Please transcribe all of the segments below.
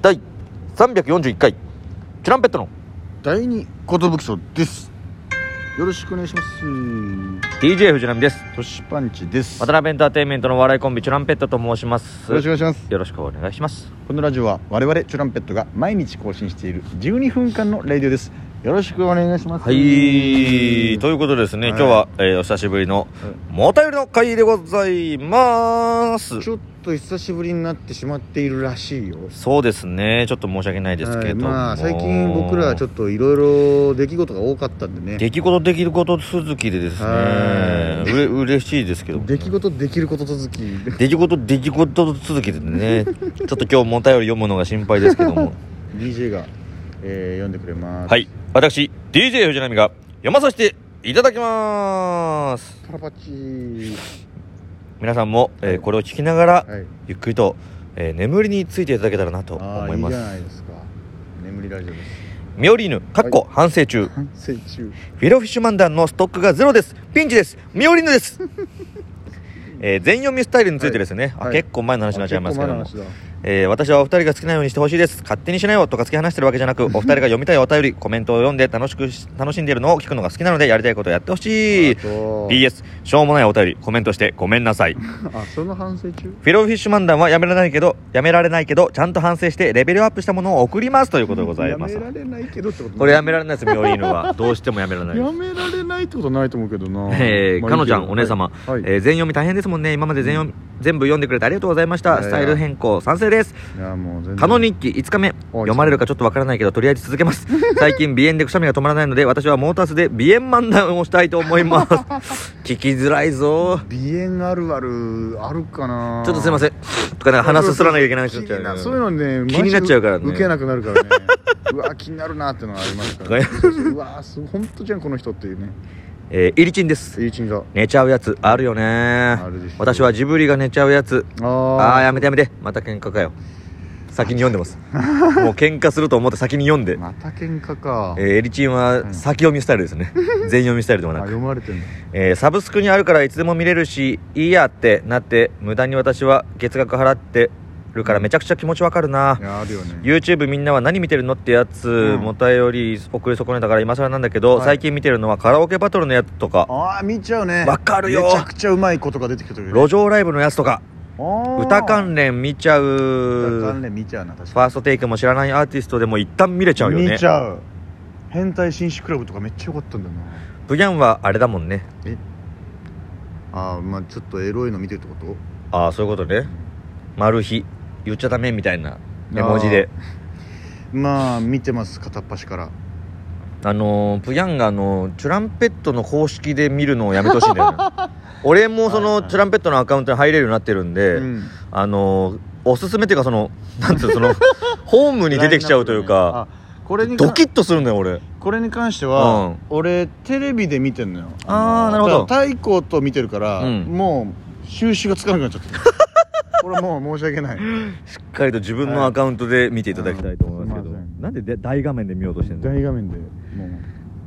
第341回チュランペットの第二寿荘ですよろしくお願いします DJ 藤波ですトシパンチです渡辺エンターテインメントのお笑いコンビチュランペットと申しますよろしくお願いしますよろしくお願いしますこのラジオは我々チュランペットが毎日更新している12分間のレディオですよろしくお願いしますはいということでですね、はい今日は、えーお久しぶりのはいモタよりの会でございますちょっと久しぶりになってしまっているらしいよそうですねちょっと申し訳ないですけはいども、まあ最近僕らはちょっといろいろ出来事が多かったんでね出来事出来事続きでですねはいうれ嬉しいですけども出来事できること続き 出来事出来事続きでね ちょっと今日もお便り読むのが心配ですけども DJ が、えー、読んでくれますはい私 DJ 藤波が読まさせていただきますパラパチ皆さんも、えーこれを聞きながら、はいゆっくりと、えー眠りについていただけたらなと思あーいいいまじすゃないですか眠りラジオですミオリーヌかっこ反省 中、反省中フィロフィッシュマン団のストックがゼロですピンチですミオリーヌです えー全読みスタイルについてですね、はいあはい結構前の話になっちゃいますけどもあ結構前の話えー私はお二人が好きなようにしてほしいです勝手にしないよとか突き放してるわけじゃ なくお二人が読みたいお便りコメントを読んで楽しくし楽しんでいるのを聞くのが好きなのでやりたいことをやってほしいだあと BS しょうもないお便りコメントしてごめんなさいフあその反省中ィロフィッシュ漫談はやめられないけどやめられないけどちゃんと反省してレベルアップしたものを送りますということでございますやめられないけどってことこれやめられれないですミオリーヌ はどうしてもやめられないですやめられないってことないと思うけどなえー、まあかのちゃいいん、けどお姉様、はいはいえー全読み大変ですもんね、今まで全読み全部読んでくれてありがとうございました、いやいやスタイル変更、賛成です、いやもう全然カノ日記5日目、読まれるかちょっとわからないけど、とりあえず続け ます、最近、鼻炎でくしゃみが止まらないので、私はモータースで鼻炎漫談をしたいと思い ます、聞きづらいぞ、鼻炎あるあるあるかなちょっとすいませんん、とかね、鼻すすらなきゃいけない気人っにちゃうなねそういうのね気になっちゃうからね受けなくな るからねうわ気になるなってのがありますから、ね、そうそううわす本当じゃんこの人っていうねえー、イリチンです、いいチンが寝ちゃうやつ、あるよねあるでしょ、私はジブリが寝ちゃうやつ、ああーあやめてやめてまた喧嘩かよ先に読んでますもう喧嘩すると思って先に読んで、また喧嘩か、えーエリチンは先読みスタイルです ね全読みスタイルではあなく、読まれてんのえーサブスクにあるからいつでも見れるしいいやってなって無駄に私は月額払ってるからめちゃくちゃ気持ちわかるないやあるよね YouTube みんなは何見てるのってやつ、うんもたより遅れ損ねたから今更なんだけど、はい最近見てるのはカラオケバトルのやつとかああ見ちゃうねわかるよめちゃくちゃうまいことが出てきてる路上ライブのやつとか歌連関連見ちゃう歌関連見ちゃうな確フかァーストテイクも知らないアーティストでも一旦見れちゃうよにね見ちゃう変態紳士クラブとかめっちゃ良かったんだよなブギャンはあれだもんねああまあちょっとエロいの見てるってことああそういうことねマル秘言っちゃダメみたいな絵文字でまあ見てます片っ端からあのーブギャンがあのーチュランペットの公式で見るのをやめてほしいんだ よね俺もそはいのはいチュランペットのアカウントに入れるようになってるんで、うんあのーおすすめっていうかそのなんていうのそ のホームに出てきちゃうというか、あこれに関ドキッとするんだよ俺これに関しては、うん俺テレビで見てんのよあーのなるほどだから太鼓と見てるから、うんもう収拾がつかなくなっち ゃったこれはもう申し訳ないしっかりと自分のアカウントで見ていただきたいと思いますけど、はいうんすいませんなんでで大画面で見ようとしてんの大画面でもう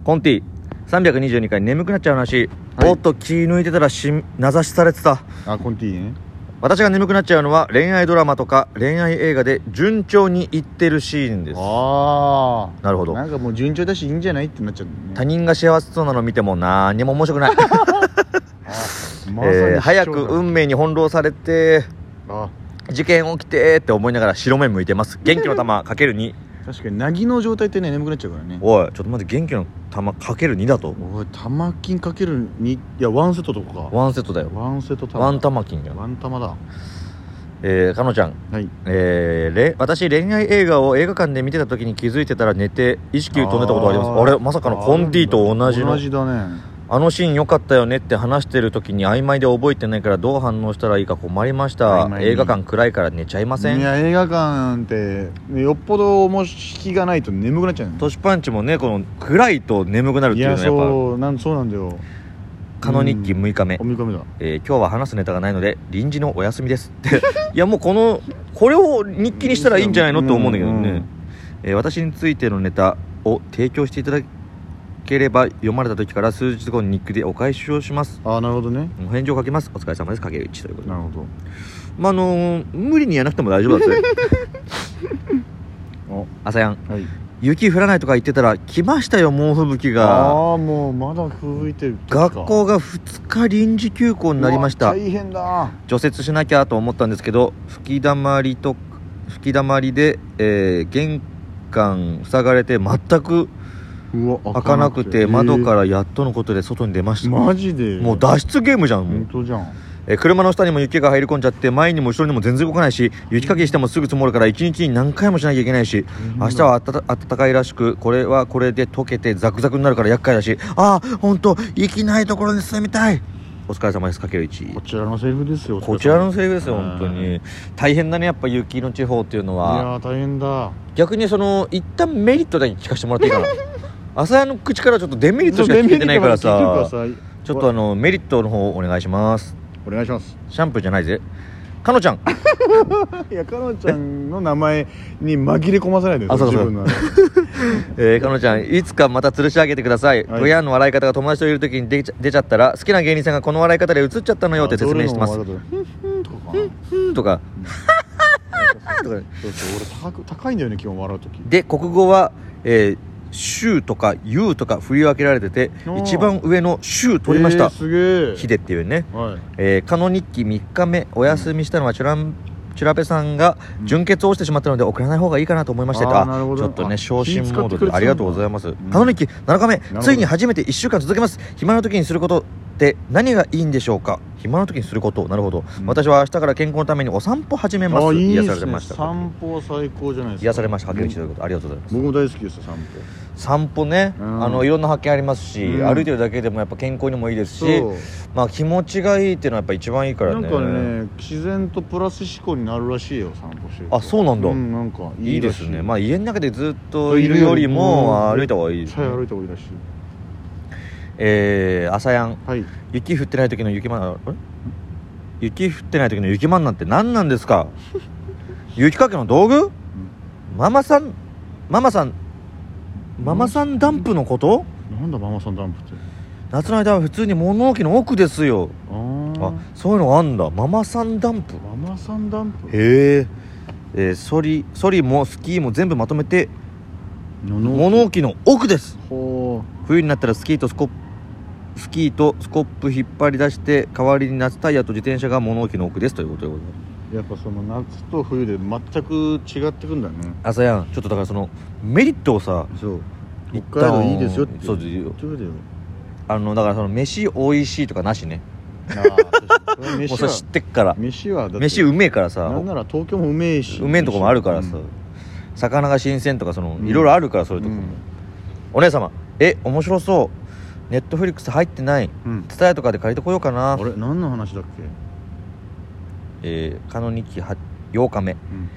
コンティ322回眠くなっちゃう話、はいおっと気抜いてたらし名指しされてたあコンティね私が眠くなっちゃうのは恋愛ドラマとか恋愛映画で順調にいってるシーンですあなるほあどなんかもう順調だしいいんじゃないってなっちゃうんだ他よね人が幸せそうなの見ても何にも面白くない、あーまえーさに市長だ早く運命に翻弄されてあ事件起きてって思いながら白目向いてます元気の玉かける2確かになぎの状態ってね眠くなっちゃうからねおいちょっと待って元気の玉かける2だとおい玉金かけるにいやワンセットとかかワンセットだよワンセット玉ワン玉金やなワン玉だえー、かのちゃんはいえー、れ私恋愛映画を映画館で見てた時に気づいてたら寝て意識飛んでたことありますああーれまさかのコンティと同じの同じだねあのシーン良かったよねって話してる時に曖昧で覚えてないからどう反応したらいいか困りました曖昧に映画館暗いから寝ちゃいませいんや映画館ってねよっぽど面識がないと眠くなっちゃうトシパンチもねこの暗いと眠くなるっねていいうのやはやっぱそうなんそうなんだよ「カノ日記うん6日目お、見込みだえー今日は話すネタがないので臨時のお休みです」 っていやもうこのこれを日記にしたらいいんじゃないのって思うんだけどね、うんえー私についてのネタを提供していただければ読まれた時から数日後に日記でお返しをしますああなるほどねお返事をかけますお疲れ様ですかける1ということでなるほど まああのー無理にやらなくても大丈夫だぜ朝やんはい、雪降らないとか言ってたら来ましたよ猛吹雪がああもうまだ吹いてる学校が2日臨時休校になりましたうわ大変だ除雪しなきゃと思ったんですけど吹きだまりと吹きだまりで、えー玄関塞がれて全くうわ、開かなくて窓かららやっとのことで外に出まえーした、マジでもう脱出ゲームじゃん、もう本当じゃんえー車の下にも雪が入り込んじゃって前にも後ろにも全然動かないし雪かきしてもすぐ積もるから一日に何回もしなきゃいけないし明日は暖暖かいらしくこれはこれで溶けてザクザクになるから厄介だしああ本当生きないところに住みたいお疲れ様ですかける1こちらのセリフですよこちらのせいですようん本当に大変だねやっぱ雪の地方っていうのいはやー大変だ逆にその一旦メリットだけ聞かせてもらっていいか な朝屋の口からちょっとデメリットしか聞いてないからさそうデメリットが聞いてるからさちょっとあのメリットの方お願いしますお願いしますシャンプーじゃないぜかのちゃ んいやかのちゃんの名前に紛れ込ませないであそうそう自分の名前えー、かのちゃんいつかまた吊るし上げてください、はい VR の笑い方が友達といる時に出ちゃ出ちゃったら好きな芸人さんがこの笑い方で映っちゃったのよって説明してますあどれの笑い方とかかなうんとか とかそうそう俺高く高いんだよね基本笑う時で国語は「えー、週」とか「ゆう」とか振り分けられててあー一番上の「週」取りましたえー、すげえヒデっていうねはいえー、カノ日記3日目お休みしたのはチュランチュラペさんがうん純潔をしてしまったので送らない方がいいかなと思いましてあとーあなるほどちょっとあね昇進モードでありがとうございますんだカノ日記7日ほ目どついに初めて1週間続けます暇な時にすることって何がいいんでしょうか暇な時にすることなるほど、うん私は明日から健康のためにお散歩始めますあいい癒でされすまねした散歩は最高じゃないですか癒されました発見しと僕いうことありがとうございます僕も大好きですよ散歩散歩ね、うんあのいろんな発見ありますし、うん歩いてるだけでもやっぱ健康にもいいですし、そうまあ、気持ちがいいっていうのはやっぱ一番いいからなんかね自然とプラス思考になるらしいよ散歩してるとあそうなんだうん、なんかいいいいでらしすねまあ家の中でずっといるよりも歩いた方がいいです、絶対歩ねい、た方がいいらしいえー、朝やんはい雪降ってない時の雪まんあれ雪降ってない時の雪まんなんて何なんです か雪かきの道具ママさんママさんママさんダンプのことなんだママさんダンプって夏の間は普通に物置の奥ですよあーあそういうのあんだママさんダンプママさんダンプへーえー、ソリソリもスキーも全部まとめて物置の奥ですほ冬になったらスキーとスコップスキーとスコップ引っ張り出して代わりに夏タイヤと自転車が物置の奥ですということでございますうやっぱその夏と冬で全く違ってくんだね朝やんちょっとだからそのメリットをさそう一旦北海道いいですよってそうですよそうだよあのだからその飯おいしいとかなしねあー確かにもう飯そはれ知ってっから 飯はだって飯うめえからさなんなら東京もうめえしうめえとこもあるからさ、うん魚が新鮮とかそのうんいろいろあるからそういうとこ、うんお姉様え面白そうネットフリックス入ってないうん伝えとかで借りてこようかなあれ何の話だっけえー、カノニキは8日目うん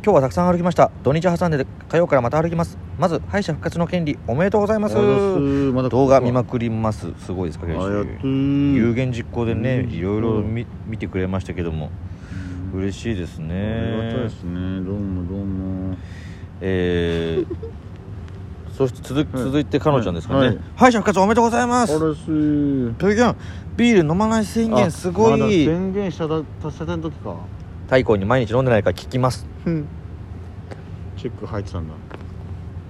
今日はたくさん歩きました土日挟んで火曜からまた歩きますまず敗者復活の権利おめでとうございますありがとうございますまだ動画見まくりますすごいですかあけりるがしとう有言実行でねうんいろいろ見見てくれましたけどもうん嬉しいですありがたいねですねどうもどうもえー そして続はい続いてかのちゃんですかね、はいはい敗者復活おめでとうございまあすれすというビール飲まない宣言すごまだい、宣言しただ達成の時か太鼓に毎日飲んでないから聞きますチェック入ってたんだ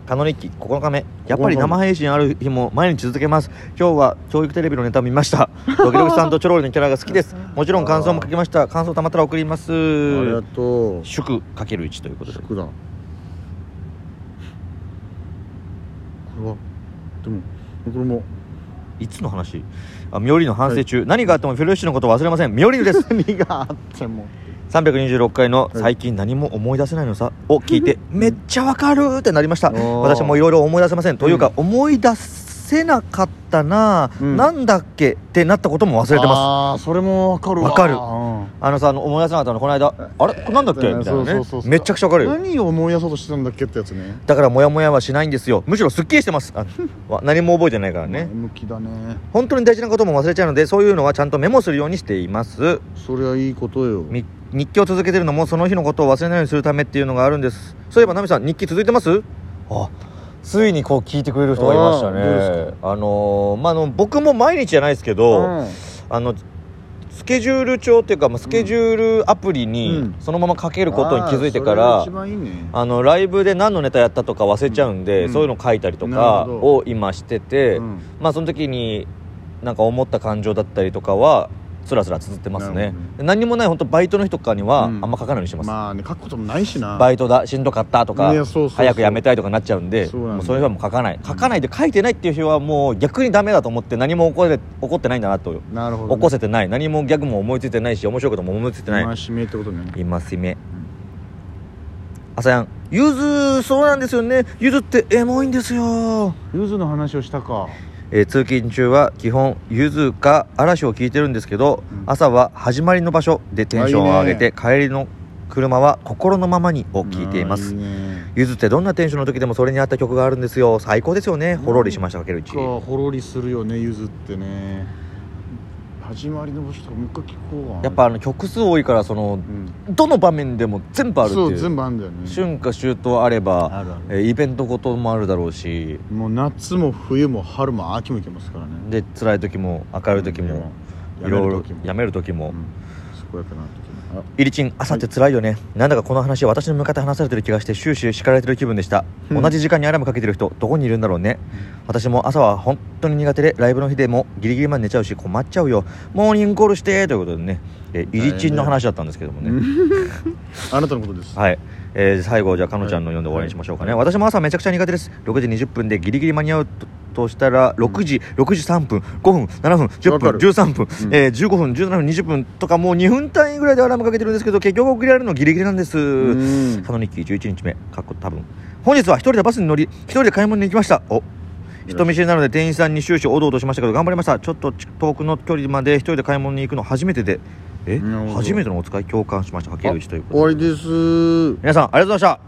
カノ日記9日目やっぱり生配信ある日も毎日続けます今日は教育テレビのネタ見ました ドキドキさんとチョロリのキャラが好きですもちろん感想も書きました感想たまったら送りますありがとう祝かける1ということで宿だこれはでもこれもいつの話あミオリーヌ反省中、何があってもフェルシーのこと忘れませんミオリーヌです何があっても326回の「はい最近何も思い出せないのさ」を聞いてめっちゃわかるってなりましたあー私もいろいろ思い出せませんというか、思い出せなかったな、うんなんだっけってなったことも忘れてますああそれもわかるわわかるうんあのさあの思い出せなかったのこの間あれこれなんだっけみたいなそねうそうそうめちゃくちゃわかるよ何を思い出そうとしてたんだっけってやつねだからモヤモヤはしないんですよむしろすっきりしてますあわ何も覚えてないからね前向きだね本当に大事なことも忘れちゃうのでそういうのはちゃんとメモするようにしていますそりゃいいことよみ日記を続けてるのもその日のことを忘れないようにするためっていうのがあるんですそういえばナミさん日記続いてますあついにこう聞いてくれる人がいましたあーどうねあのーまああの僕も毎日じゃないですけど、うんあのスケジュール帳っていうか、まあ、スケジュールアプリうにんそのまま書けることに気づいてから、あーそれが一番いいねあのライブで何のネタやったとか忘れちゃうんで、うんそういうの書いたりとなかるほどを今してて、うんまあその時になんか思った感情だったりとかはつらつら綴ってますなるねほ何にもない本当バイトの日とかにはあうんんま書かないようにしてます、まあね書くこともないしなバイトだしんどかったとかいやそうそうそう早く辞めたいとかなっちゃうんでそうなんだもうそういう日はもう書かない書かないで書いてないっていう日はもう逆にダメだと思って何も起これ起こってないんだなと、なるほど、ね、起こせてない何もギャグも思いついてないし面白いことも思いついてない、まあ指名ってことね今すめ朝やんゆずそうなんですよねゆずってエモいんですよゆずの話をしたかえー通勤中は基本ゆずか嵐を聞いてるんですけど、うん朝は始まりの場所でテンションを上げて帰りの車は心のままにを聞いていますあーいいねゆずってどんなテンションの時でもそれに合った曲があるんですよ最高ですよねほろりしましたかけるうちかほろりするよねゆずってね始まりの場所とかもう一回聞こうわやっぱあの曲数多いからそのうんどの場面でも全部あるってそいうう全部あんだよね春夏秋冬あればあるあえーイベントごともあるだろうしるもう夏も冬も春も秋も行けますからねで辛い時も明るい時もいやめろいるろ時もやめる時も、うん健やかな時もあイリチン朝って辛いよね、なんだかこの話私の向かって話されてる気がして終始叱られてる気分でした、うん同じ時間にアラームかけてる人どこにいるんだろうね、私も朝は本当に苦手でライブの日でもギリギリまで寝ちゃうし困っちゃうよモーニングコールしてということでね、えー、イリチンの話だったんですけどもね、 あなたのことですはい、えー最後じゃあかのちゃんの読んで終わりにしましょうかね、私も朝めちゃくちゃ苦手です6時20分でギリギリ間に合うととしたら6時、6時3分5分7分10わか分る13分、うんえー15分17分20分とかもう2分単位ぐらいでアラームかけてるんですけど結局遅れられるのギリギリなんです、うんカノニッキー11日目かっこ多分本日は一人でバスに乗り一人で買い物に行きましたお人見知りなので店員さんに終始おどおどしましたけど頑張りましたちょっと遠くの距離まで一人で買い物に行くの初めてでえなるほど初めてのお使い共感しましたかけるうちというあことで終わりです皆さんありがとうございました